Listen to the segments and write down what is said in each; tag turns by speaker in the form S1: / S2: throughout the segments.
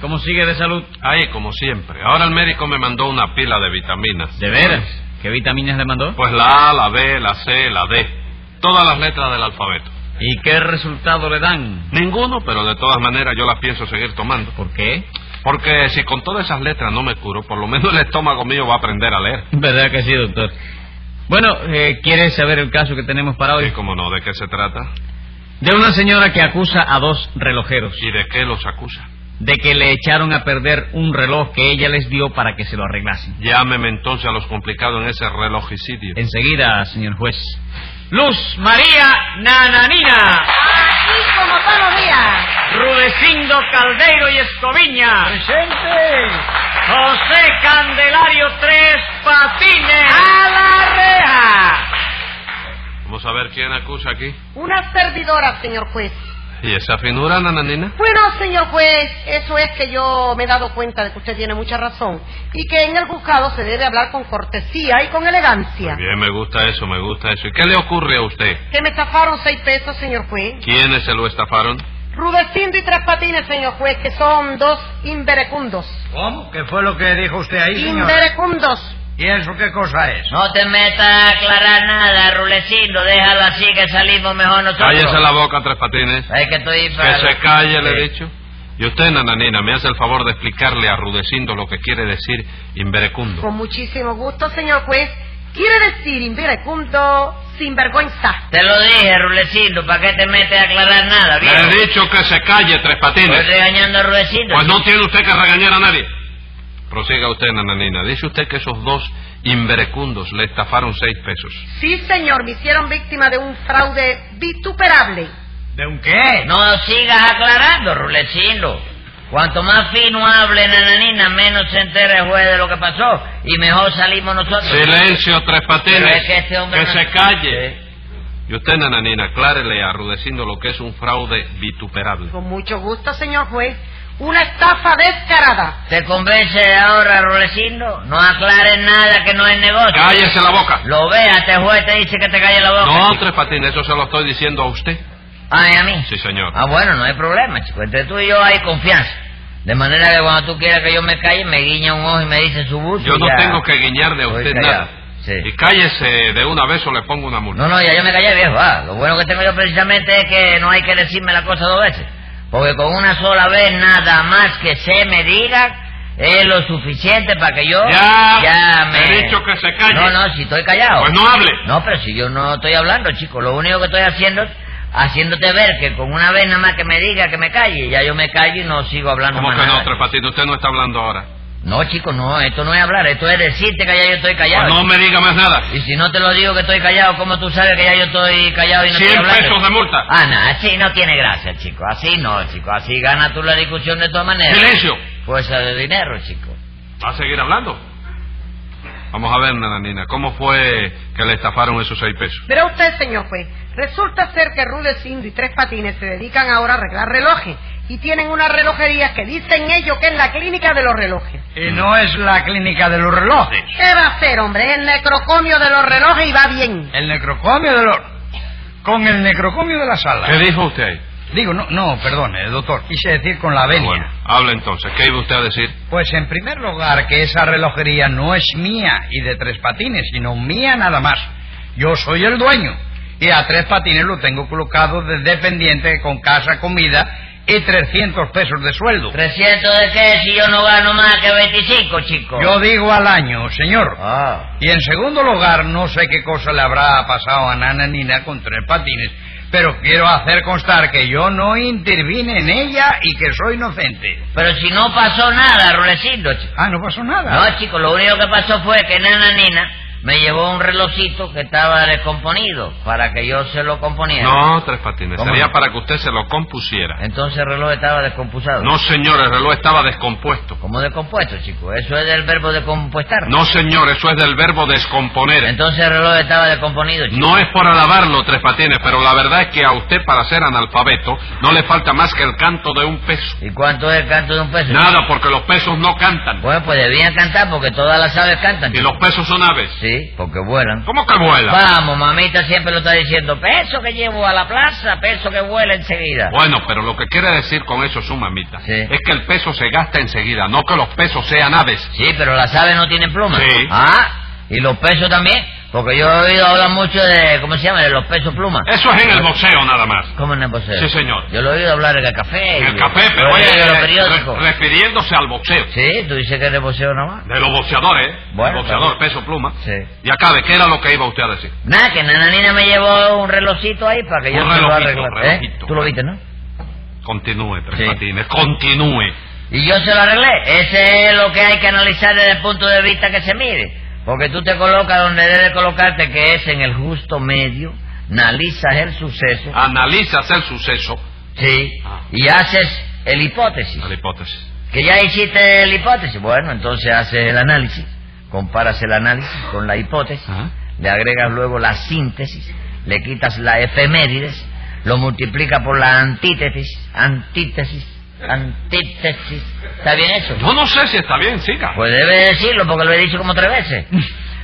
S1: ¿Cómo sigue de salud?
S2: Ay, como siempre. Ahora el médico me mandó una pila de vitaminas.
S1: ¿De veras? ¿Qué vitaminas le mandó?
S2: Pues la A, la B, la C, la D. Todas las letras del alfabeto.
S1: ¿Y qué resultado le dan?
S2: Ninguno, pero de todas maneras yo las pienso seguir tomando.
S1: ¿Por qué?
S2: Porque si con todas esas letras no me curo, por lo menos el estómago mío va a aprender a leer.
S1: ¿Verdad que sí, doctor? Bueno, eh, ¿quiere saber el caso que tenemos para hoy?
S2: Y como no, ¿de qué se trata?
S1: De una señora que acusa a dos relojeros
S2: ¿Y de qué los acusa?
S1: de que le echaron a perder un reloj que ella les dio para que se lo arreglasen.
S2: Llámeme entonces a los complicados en ese relojicidio.
S1: Enseguida, señor juez. Luz María Nananina,
S3: Aquí como todos los días.
S1: Rudecindo Caldeiro y Escoviña. Presente. José Candelario Tres Patines.
S3: ¡A la reja!
S2: Vamos a ver quién acusa aquí.
S3: Una servidora, señor juez.
S2: ¿Y esa finura, nananina?
S3: Bueno, señor juez, eso es que yo me he dado cuenta de que usted tiene mucha razón y que en el juzgado se debe hablar con cortesía y con elegancia.
S2: Bien, me gusta eso, me gusta eso. ¿Y qué le ocurre a usted?
S3: Que me estafaron seis pesos, señor juez.
S2: ¿Quiénes se lo estafaron?
S3: Rudecindo y Tres Patines, señor juez, que son dos inverecundos.
S4: ¿Cómo? ¿Qué fue lo que dijo usted ahí, señor?
S3: Inverecundos.
S4: ¿Y eso qué cosa es?
S5: No te metas a aclarar nada, Rulecindo. Déjalo así que salimos mejor nosotros.
S2: Cállese la boca, Tres Patines.
S5: Sabes que estoy
S2: Que
S5: para-
S2: se calle, le he
S5: Sí.
S2: dicho. Y usted, nananina, me hace el favor de explicarle a Rudecindo lo que quiere decir inverecundo.
S3: Con muchísimo gusto, señor juez. Quiere decir inverecundo, sinvergüenza.
S5: Te lo dije, Rulecindo. ¿Para qué te metes a aclarar nada,
S2: Le
S5: viejo?
S2: he dicho que se calle, Tres
S5: Estoy
S2: Patines.
S5: regañando a Rulecindo.
S2: Pues no tiene usted que regañar a nadie. Prosiga usted, nananina. Dice usted que esos dos inverecundos le estafaron seis pesos.
S3: Sí, señor, me hicieron víctima de un fraude vituperable.
S4: ¿De un qué?
S5: No sigas aclarando, Rulecindo. Cuanto más fino hable Nananina, menos se entera el juez de lo que pasó. Y mejor salimos nosotros.
S2: Silencio, Tres Patines.
S5: Pero es que este hombre no-
S2: se calle. Y usted, nananina, aclárele a Rudecindo lo que es un fraude vituperable.
S3: Con mucho gusto, señor juez. Una estafa descarada.
S5: ¿Te convence ahora, Rulecindo? No aclares nada que no es negocio.
S2: Cállese la boca.
S5: Lo vea, este juez te dice que te calle la boca.
S2: No,
S5: chico.
S2: Tres Patines, eso se lo estoy diciendo a usted.
S5: Ay, a mí.
S2: Sí, señor.
S5: Ah, bueno, no hay problema, chico. Entre tú y yo hay confianza. De manera que cuando tú quieras que yo me calle, me guiña un ojo y me dice su buzo.
S2: Yo
S5: y
S2: no
S5: pues ya.
S2: tengo que guiñarle a
S5: Estoy
S2: usted
S5: callado.
S2: nada.
S5: Sí.
S2: Y cállese de una vez o le pongo una multa.
S5: Pues No, no, ya yo me callé, viejo. Ah, lo bueno que tengo yo precisamente es que no hay que decirme la cosa dos veces. Porque con una sola vez nada más que se me diga es lo suficiente para que yo...
S2: Ya,
S5: ya
S2: te
S5: me...
S2: he dicho que se calle.
S5: No, no, si estoy callado.
S2: Pues no hable.
S5: No, pero si yo no estoy hablando, chico, lo único que estoy haciendo es haciéndote ver que con una vez nada más que me diga que me calle, ya yo me callo y no sigo hablando
S2: ¿Cómo
S5: más
S2: que no,
S5: nada.
S2: Tres Patines? Usted no está hablando ahora.
S5: No, chico, no, esto no es hablar, esto es decirte que ya yo estoy
S2: Pues
S5: callado.
S2: no me diga más nada.
S5: Y si no te lo digo que estoy callado, ¿cómo tú sabes que ya yo estoy callado y no estoy
S2: Cien
S5: hablando?
S2: pesos de multa.
S5: Ah, no, así no tiene gracia, chico, así no, chico, así gana tú la discusión de todas maneras.
S2: Silencio.
S5: Fuerza de dinero, chico.
S2: ¿Va a seguir hablando? Vamos a ver, nananina, ¿cómo fue que le estafaron esos seis pesos?
S3: Verá usted, señor juez, resulta ser que Rudecindo y Tres Patines se dedican ahora a arreglar relojes y tienen una relojería que dicen ellos que es la clínica de los relojes.
S4: Y no es la clínica de los relojes.
S3: ¿Qué va a hacer, hombre? Es el necrocomio de los relojes y va bien.
S4: El necrocomio de los... Con el necrocomio de la sala.
S2: ¿Qué dijo usted ahí?
S4: Digo, no, no, perdone, doctor. Quise decir con la venia.
S2: Bueno, hable entonces. ¿Qué iba usted a decir?
S4: Pues en primer lugar, que esa relojería no es mía y de tres patines, sino mía nada más. Yo soy el dueño. Y a tres patines lo tengo colocado de dependiente con casa, comida y 300 pesos de sueldo.
S5: ¿300 de qué si yo no gano más que 25, chico?
S4: Yo digo al año, señor.
S5: Ah.
S4: Y en segundo lugar, no sé qué cosa le habrá pasado a Nana Nina con tres patines, pero quiero hacer constar que yo no intervine en ella y que soy inocente.
S5: Pero si no pasó nada, Rulecindo, chico.
S4: Ah, no pasó nada.
S5: No, chico, lo único que pasó fue que Nana Nina me llevó un relojito que estaba descomponido para que yo se lo componiera.
S2: No, Tres Patines.
S5: ¿Cómo
S2: Sería
S5: no?
S2: para que usted se lo compusiera.
S5: Entonces el reloj estaba descompusado.
S2: No, señor, el reloj estaba descompuesto.
S5: ¿Cómo descompuesto, chico? Eso es del verbo descompuestar.
S2: No, señor, eso es del verbo descomponer.
S5: Entonces el reloj estaba descomponido, chico.
S2: No es por alabarlo, Tres Patines, pero la verdad es que a usted, para ser analfabeto, no le falta más que el canto de un peso.
S5: ¿Y cuánto es el canto de un peso?
S2: Nada, porque los pesos no cantan.
S5: Bueno, pues debían cantar porque todas las aves cantan.
S2: Y
S5: chico.
S2: los pesos son aves.
S5: Sí, porque vuelan.
S2: ¿Cómo que vuelan?
S5: Vamos, mamita siempre lo está diciendo. Peso que llevo a la plaza, peso que vuela enseguida.
S2: Bueno, pero lo que quiere decir con eso su mamita
S5: Sí.
S2: es que el peso se gasta enseguida, no que los pesos sean aves.
S5: Sí, pero las aves no tienen plumas.
S2: Sí.
S5: Ah, y los pesos también. Porque yo he oído hablar mucho de, ¿cómo se llama? De los pesos plumas.
S2: Eso es en el boxeo nada más.
S5: ¿Cómo en el boxeo?
S2: Eh. Sí, señor.
S5: Yo lo he oído hablar en el café.
S2: En el
S5: y-
S2: café, pero
S5: lo he
S2: oye,
S5: leído en los
S2: eh,
S5: periódicos.
S2: re- refiriéndose al boxeo.
S5: Sí, tú dices que es de boxeo nomás.
S2: De los boxeadores, ¿eh?
S5: Bueno,
S2: El boxeador,
S5: está bien.
S2: peso, pluma.
S5: Sí.
S2: Y acabe, ¿qué era lo que iba usted a decir?
S5: Nada, que Nananina me llevó un relojito ahí para que yo
S2: Un
S5: se lo
S2: relojito,
S5: arreglara.
S2: relojito.
S5: ¿Eh? Tú lo viste, ¿no?
S2: Continúe, Tres
S5: Sí.
S2: Patines, continúe.
S5: Y yo se lo arreglé. Ese es lo que hay que analizar desde el punto de vista que se mide. Porque tú te colocas donde debes colocarte, que es en el justo medio, analizas el suceso,
S2: Analizas el suceso,
S5: sí,
S2: Ah.
S5: y haces el hipótesis.
S2: la hipótesis.
S5: Que ya hiciste la hipótesis, bueno, entonces haces el análisis, comparas el análisis con la hipótesis,
S2: Ajá.
S5: le agregas luego la síntesis, le quitas la efemérides, lo multiplica por la antítesis, antítesis, antítesis. ¿Está bien eso?
S2: Yo no sé si está bien, siga.
S5: Pues debe decirlo porque lo he dicho como tres veces.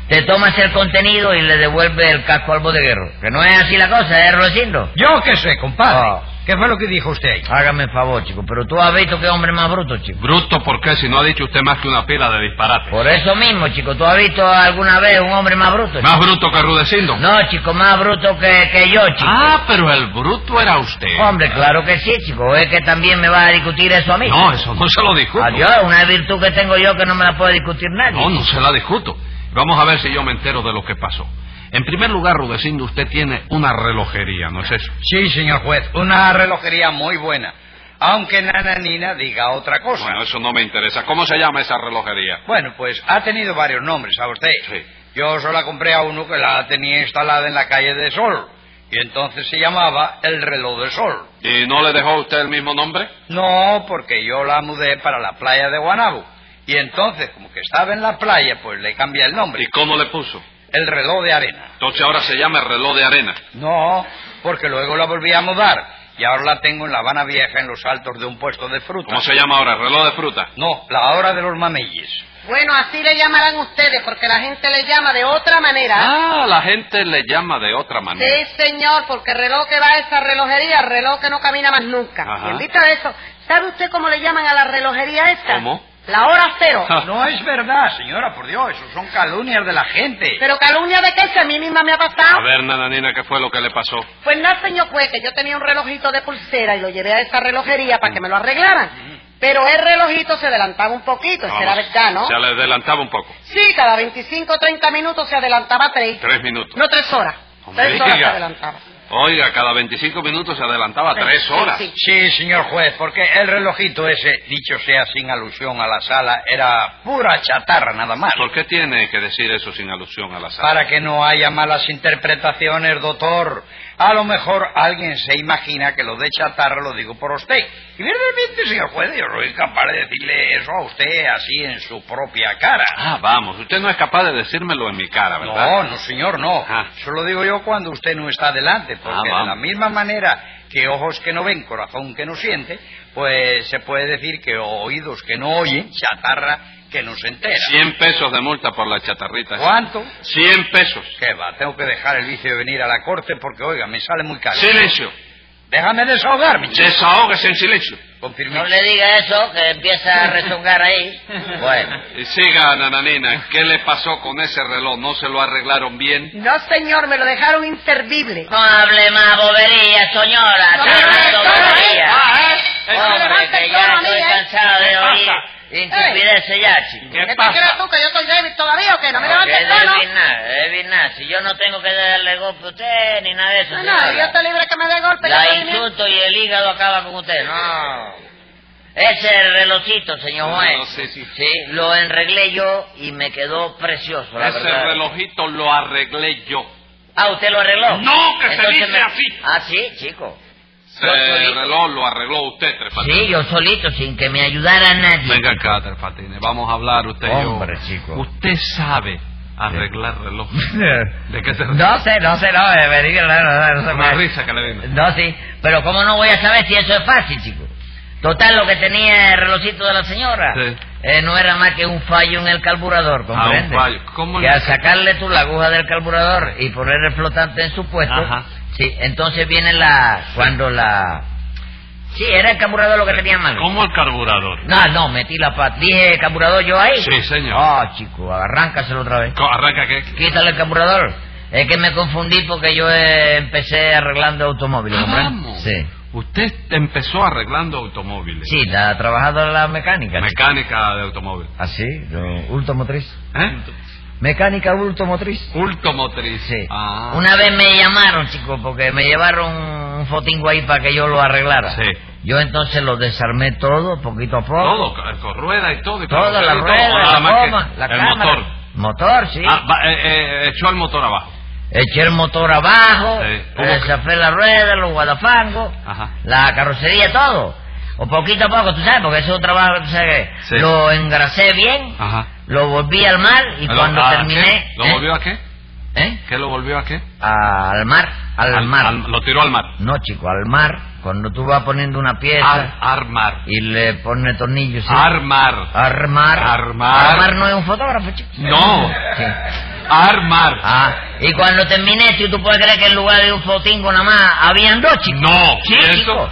S5: Te tomas el contenido y le devuelve el casco al bodeguero. Que no es así la cosa, ¿eh, Rudecindo?
S4: Yo qué sé, compadre.
S5: Ah.
S4: ¿Qué fue lo que dijo usted ahí?
S5: Hágame el favor, chico, pero tú has visto qué hombre más bruto, chico.
S2: Bruto, ¿por qué? Si no ha dicho usted más que una pila de disparates.
S5: Por eso mismo, chico, ¿tú has visto alguna vez un hombre más bruto? chico?
S2: ¿Más bruto que Rudecindo?
S5: No, chico, más bruto que, que yo, chico.
S2: Ah, pero el bruto era usted.
S5: Hombre, claro que sí, chico. Es que también me va a discutir eso a mí.
S2: No, eso no se lo discuto.
S5: Adiós, una virtud que tengo yo que no me la puede discutir nadie.
S2: No, no se la discuto. Vamos a ver si yo me entero de lo que pasó. En primer lugar, Rudecindo, usted tiene una relojería, ¿no es eso?
S4: Sí, señor juez, una relojería muy buena. Aunque Nananina diga otra cosa.
S2: Bueno, eso no me interesa. ¿Cómo se llama esa relojería?
S4: Bueno, pues ha tenido varios nombres, ¿sabe usted?
S2: Sí.
S4: Yo solo la compré a uno que la tenía instalada en la calle de Sol. Y entonces se llamaba el reloj de Sol.
S2: ¿Y no le dejó usted el mismo nombre?
S4: No, porque yo la mudé para la playa de Guanabo. Y entonces, como que estaba en la playa, pues le cambié el nombre.
S2: ¿Y cómo le puso?
S4: El reloj de arena.
S2: Entonces ahora se llama el reloj de arena.
S4: No, porque luego la volví a mudar. Y ahora la tengo en La Habana Vieja, en los altos de un puesto de fruta.
S2: ¿Cómo se llama ahora? ¿El reloj de fruta?
S4: No, la hora de los mameyes.
S3: Bueno, así le llamarán ustedes, porque la gente le llama de otra manera.
S2: Ah, la gente le llama de otra manera.
S3: Sí, señor, porque el reloj que va a esa relojería, el reloj que no camina más nunca.
S2: Ajá.
S3: ¿Entiendes eso? ¿Sabe usted cómo le llaman a la relojería esta?
S2: ¿Cómo?
S3: La hora cero.
S2: Ah.
S4: No es verdad, señora, por Dios, eso son calumnias de la gente.
S3: Pero calumnia de qué, si a mí misma me ha pasado.
S2: A ver, nananina, ¿qué fue lo que le pasó?
S3: ah. Pues nada, señor juez, que yo tenía un relojito de pulsera y lo llevé a esa relojería para que me lo arreglaran. Pero el relojito se adelantaba un poquito, será
S2: Vamos,
S3: verdad, ¿no?
S2: Se le adelantaba un poco.
S3: Sí, cada 25 o 30 minutos se adelantaba tres.
S2: Tres minutos.
S3: No, tres horas.
S2: Hombre,
S3: tres horas se
S2: diga.
S3: adelantaba.
S2: Oiga, cada 25 minutos se adelantaba
S3: Sí,
S2: tres
S3: sí,
S2: horas.
S3: sí.
S4: Sí, señor juez, porque el relojito ese, dicho sea sin alusión a la sala, era pura chatarra nada más.
S2: ¿Por qué tiene que decir eso sin alusión a la sala?
S4: Para que no haya malas interpretaciones, doctor. A lo mejor alguien se imagina que lo de chatarra lo digo por usted. Y verdaderamente, señor juez, yo soy capaz de decirle eso a usted así en su propia cara.
S2: Ah, vamos, usted no es capaz de decírmelo en mi cara, ¿verdad?
S4: No, no, señor, no.
S2: Ajá.
S4: Eso lo digo yo cuando usted no está delante, porque
S2: Ah,
S4: de la
S2: vamos.
S4: misma manera que ojos que no ven, corazón que no siente, pues se puede decir que oídos que no oyen, chatarra que no se entera.
S2: 100 pesos de multa por la chatarrita.
S4: ¿Cuánto?
S2: 100 pesos.
S4: ¿Qué va? Tengo que dejar el vicio de venir a la corte porque, oiga, me sale muy caro.
S2: Silencio.
S4: Déjame desahogarme. chico.
S2: Desahógese en silencio.
S4: Con
S5: No
S4: permiso.
S5: le diga eso, que empieza a rezongar ahí. Bueno.
S2: Y siga, nananina, ¿qué le pasó con ese reloj? ¿No se lo arreglaron bien?
S3: No, señor, me lo dejaron inservible.
S5: No hable más bobería, señora.
S3: No,
S5: está hablando
S3: no, no, no,
S5: bobería.
S1: Ah, eh.
S5: Hombre,
S3: levanta
S5: que
S3: el
S5: ya
S3: tono,
S5: estoy
S3: mía, ¿eh?
S5: cansado de
S2: ¿Qué
S5: oír
S2: pasa?
S5: intimidez ya, chico.
S2: ¿Qué
S3: te
S2: pasa?
S3: crees tú que yo soy débil todavía o qué? No me
S5: No, que
S3: levantes el tono.
S5: débil nada, débil nada. Si yo no tengo que darle golpe a usted ni nada de eso,
S3: No, no,
S5: señora.
S3: yo te libre que me dé golpe. yo
S5: La
S3: soy bien-
S5: insulto y el hígado acaba con usted. No. Ese relojito, señor
S2: El
S5: juez.
S2: relojito.
S5: Sí, lo enreglé yo y me quedó precioso, la
S2: Ese
S5: verdad.
S2: relojito lo arreglé yo.
S5: Ah, ¿usted lo arregló?
S2: No, que se dice así.
S5: Ah, sí, chico. Yo
S2: Ese
S5: solito.
S2: reloj lo arregló usted, Tres Patines.
S5: Sí, yo solito, sin que me ayudara nadie.
S2: Venga acá, Tres Patines, vamos a hablar usted y yo.
S4: Hombre, chico.
S2: Usted sabe arreglar reloj. ¿De qué se ríe?
S5: No sé, no sé, no, eh, me diga, no, no, no, no,
S2: Una
S5: no.
S2: risa que le vino.
S5: No, sí, pero ¿cómo no voy a saber si eso es fácil, chico? Total, lo que tenía el relojito de la señora
S2: Sí.
S5: eh, no era más que un fallo en el carburador, ¿comprende?
S2: Ah, un fallo. ¿Cómo
S5: que
S2: le-
S5: al sacarle tú la aguja del carburador y poner el flotante en su puesto,
S2: Ajá.
S5: sí, entonces viene la... cuando la... Sí, era el carburador lo que tenía mal.
S2: ¿Cómo el carburador?
S5: No, no, metí la pata. Dije, ¿carburador yo ahí?
S2: Sí, señor.
S5: Ah, chico, arráncaselo otra vez.
S2: Co- Arranca que...
S5: Quítale el carburador. Es que me confundí porque yo eh, empecé arreglando automóviles. ¿comprende?
S2: Ah, Vamos.
S5: Sí.
S2: Usted empezó arreglando automóviles.
S5: Sí, la trabajadora mecánica. chico.
S2: Mecánica de automóvil.
S5: ¿Ah, sí? Lo- Ultomotriz.
S2: ¿Eh?
S5: Mecánica ultomotriz.
S2: Ultomotriz.
S5: Sí.
S2: Ah.
S5: Una vez me llamaron, chico, porque me llevaron un fotingo ahí para que yo lo arreglara.
S2: Sí.
S5: Yo entonces lo desarmé todo, poquito a poco.
S2: Todo, con con rueda y todo. y con
S5: Todo, la
S2: y todo,
S5: rueda,
S2: nada
S5: la
S2: más que
S5: goma, la
S2: el
S5: cámara.
S2: motor.
S5: Motor, sí.
S2: Ah, va- eh, eh, echó el motor abajo.
S5: Eché el motor abajo,
S2: Sí.
S5: eh,
S2: Hubo que-
S5: zafé la rueda, los guadafangos,
S2: Ajá.
S5: la carrocería, todo. O poquito a poco, tú sabes, porque eso es un trabajo que tú sabes que
S2: Sí.
S5: lo engrasé bien,
S2: Ajá.
S5: lo volví al mar y
S2: ¿Lo-
S5: cuando
S2: a
S5: terminé...
S2: qué? ¿Lo
S5: ¿eh?
S2: volvió a qué?
S5: ¿Eh?
S2: ¿Qué lo volvió a qué?
S5: A- al mar, al, mar.
S2: al- lo tiró al mar.
S5: No, chico, al mar, cuando tú vas poniendo una pieza
S2: Ar- armar.
S5: y le pones tornillos... ¿sí?
S2: Armar.
S5: Armar.
S2: Armar.
S5: Armar no es un fotógrafo, chico.
S2: No.
S5: Sí.
S2: Armar.
S5: Ah, y cuando terminé, tío, tú puedes creer que en lugar de un fotingo nada más habían dos chicos.
S2: No.
S5: Sí,
S2: ¿Y
S5: chico.
S2: eso?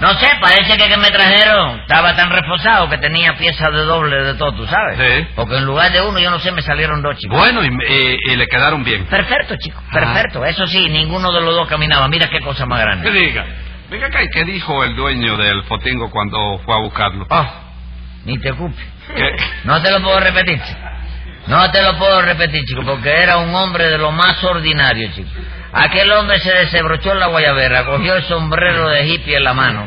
S5: No sé, parece que que me trajeron estaba tan reforzado que tenía piezas de doble de todo, tú sabes.
S2: Sí.
S5: Porque en lugar de uno, yo no sé, me salieron dos chicos.
S2: Bueno, y, eh, y- y le quedaron bien.
S5: Perfecto, chico,
S2: Ah.
S5: perfecto. Eso sí, ninguno de los dos caminaba. Mira qué cosa más
S2: ¿Qué
S5: grande.
S2: diga? Venga acá, ¿y qué dijo el dueño del fotingo cuando fue a buscarlo?
S5: Ah, ni te ocupes.
S2: ¿Qué?
S5: No te lo puedo repetir, chico. No te lo puedo repetir, chico, porque era un hombre de lo más ordinario, chico. Aquel hombre se desebrochó la guayabera, cogió el sombrero de hippie en la mano.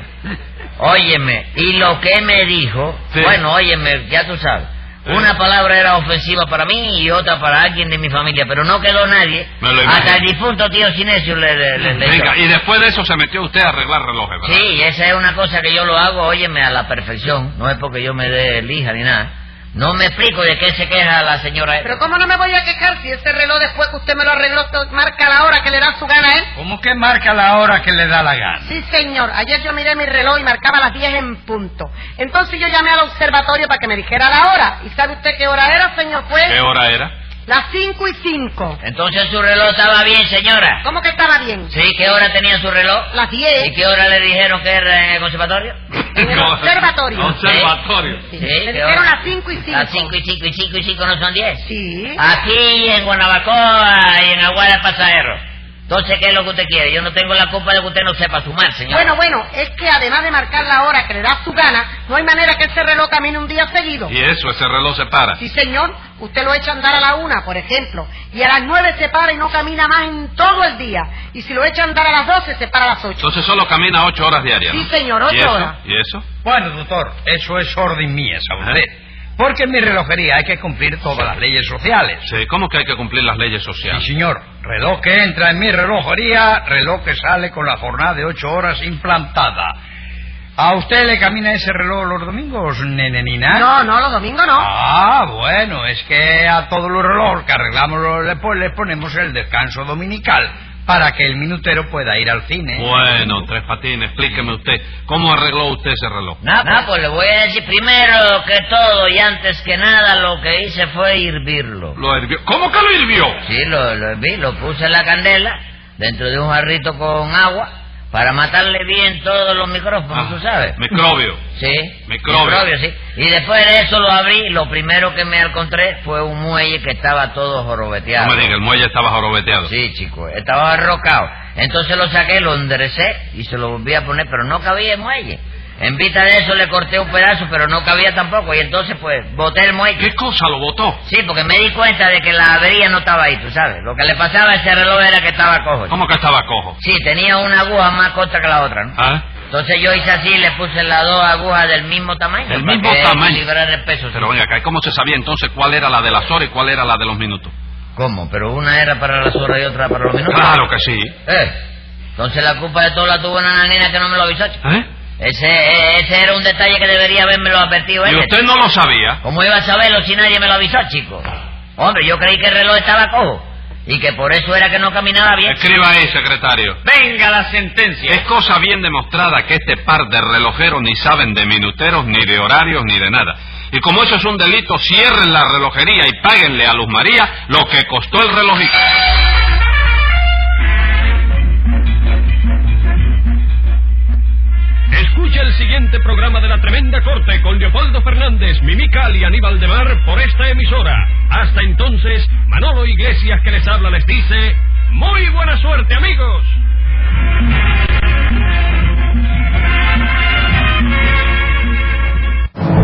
S5: Óyeme, y lo que me dijo,
S2: Sí.
S5: bueno, óyeme, ya tú sabes.
S2: Sí.
S5: Una palabra era ofensiva para mí y otra para alguien de mi familia, pero no quedó nadie.
S2: Me lo
S5: Hasta el
S2: imagino.
S5: difunto tío Sinesio le... le, le- le
S2: Venga,
S5: echó.
S2: y después de eso se metió usted a arreglar relojes, ¿verdad?
S5: Sí, esa es una cosa que yo lo hago, óyeme, a la perfección. No es porque yo me dé lija ni nada. No me explico de qué se queja la señora. esta.
S3: Pero ¿cómo no me voy a quejar si ese reloj después que usted me lo arregló to- marca la hora que le da su gana a él?
S4: ¿Cómo que marca la hora que le da la gana?
S3: Sí, señor. Ayer yo miré mi reloj y marcaba las 10 en punto. Entonces yo llamé al observatorio para que me dijera la hora. ¿Y sabe usted qué hora era, señor juez?
S2: ¿Qué hora era?
S3: Las 5 y 5.
S5: Entonces su reloj estaba bien, señora.
S3: ¿Cómo que estaba bien?
S5: Sí, ¿qué hora tenía su reloj?
S3: Las
S5: ¿Y
S3: 10.
S5: qué hora le dijeron que era en el conservatorio?
S3: En el observatorio.
S2: Observatorio.
S3: Sí.
S5: Sí,
S3: Me
S5: ¿qué
S3: dijeron
S5: hora?
S3: las 5 y 5.
S5: Las 5 Ah, y 5 y 5 y 5 no son 10.
S3: Sí.
S4: Ah,
S5: Aquí en Guanabacoa y en Aguada Pasadero. Entonces, ¿qué es lo que usted quiere? Yo no tengo la culpa de que usted no sepa sumar, señor.
S3: Bueno, bueno, es que además de marcar la hora que le da su gana, no hay manera que ese reloj camine un día seguido.
S2: Y eso, ese reloj se para.
S3: Sí, señor, usted lo echa a andar a la una, por ejemplo, y a las nueve se para y no camina más en todo el día. Y si lo echa a andar a las doce, se para a las ocho.
S2: Entonces solo camina ocho horas diarias. ¿no?
S3: Sí, señor,
S2: ¿Y
S3: ocho
S2: eso?
S3: horas.
S2: ¿Y eso?
S4: Bueno, doctor, eso es orden mía, ¿sabe
S2: Ajá.
S4: usted? Porque en mi relojería hay que cumplir todas las leyes sociales.
S2: Sí, ¿cómo que hay que cumplir las leyes
S4: Sí,
S2: sociales?
S4: señor. Reloj que entra en mi relojería, reloj que sale con la jornada de ocho horas implantada. ¿A usted le camina ese reloj los domingos, nenenina?
S3: No, no, los domingos no.
S4: Ah, bueno, es que a todos los relojes que arreglamos los- le, pon- le ponemos el descanso dominical para que el minutero pueda ir al cine.
S2: Bueno, Tres Patines, explíqueme usted, ¿cómo arregló usted ese reloj?
S5: Nada, pues. le voy a decir primero que todo y antes que nada lo que hice fue hirvirlo.
S2: Lo hirvió. ¿Cómo que lo hirvió?
S5: Sí, lo, lo herví, lo puse en la candela dentro de un jarrito con agua para matarle bien todos los micrófonos,
S2: Ah,
S5: tú sabes.
S2: Microbio.
S5: Sí.
S2: Microbio.
S5: sí. Y después de eso lo abrí y lo primero que me encontré fue un muelle que estaba todo jorobeteado.
S2: No me diga, el muelle estaba jorobeteado.
S5: Sí, chico, estaba arrocado. Entonces lo saqué, lo enderecé y se lo volví a poner, pero no cabía el muelle. En vista de eso le corté un pedazo, pero no cabía tampoco. Y entonces, pues, boté el muelle.
S2: ¿Qué cosa lo botó?
S5: Sí, porque me di cuenta de que la avería no estaba ahí, tú sabes. Lo que le pasaba a ese reloj era que estaba cojo.
S2: ¿Cómo que estaba cojo?
S5: Sí, tenía una aguja más corta que la otra, ¿no?
S2: ¿Ah?
S5: Entonces yo hice así y le puse las dos agujas del mismo tamaño.
S2: Del
S5: para
S2: mismo
S5: que
S2: tamaño.
S5: equilibrara el peso.
S2: Pero
S5: sí.
S2: venga acá, ¿y ¿cómo se sabía entonces cuál era la de las horas y cuál era la de los minutos?
S5: ¿Cómo? ¿Pero una era para las horas y otra para los minutos?
S2: Claro que sí.
S5: Eh, Entonces la culpa de todo la tuvo una nanina que no me lo avisó. chico.
S2: ¿Eh?
S5: Ese, eh, ese era un detalle que debería haberme lo advertido
S2: ¿Y
S5: ella,
S2: usted no lo sabía?
S5: ¿Cómo iba a saberlo si nadie me lo avisó, chico? Hombre, yo creí que el reloj estaba cojo y que por eso era que no caminaba bien.
S2: Escriba ahí, secretario.
S1: Venga la sentencia.
S2: Es cosa bien demostrada que este par de relojeros ni saben de minuteros, ni de horarios, ni de nada. Y como eso es un delito, cierren la relojería y páguenle a Luz María lo que costó el relojito.
S6: Escucha el siguiente programa de La Tremenda Corte con Leopoldo Fernández, Mimical y Aníbal de Mar por esta emisora. Hasta entonces, Manolo Iglesias que les habla les dice, ¡Muy buena suerte amigos!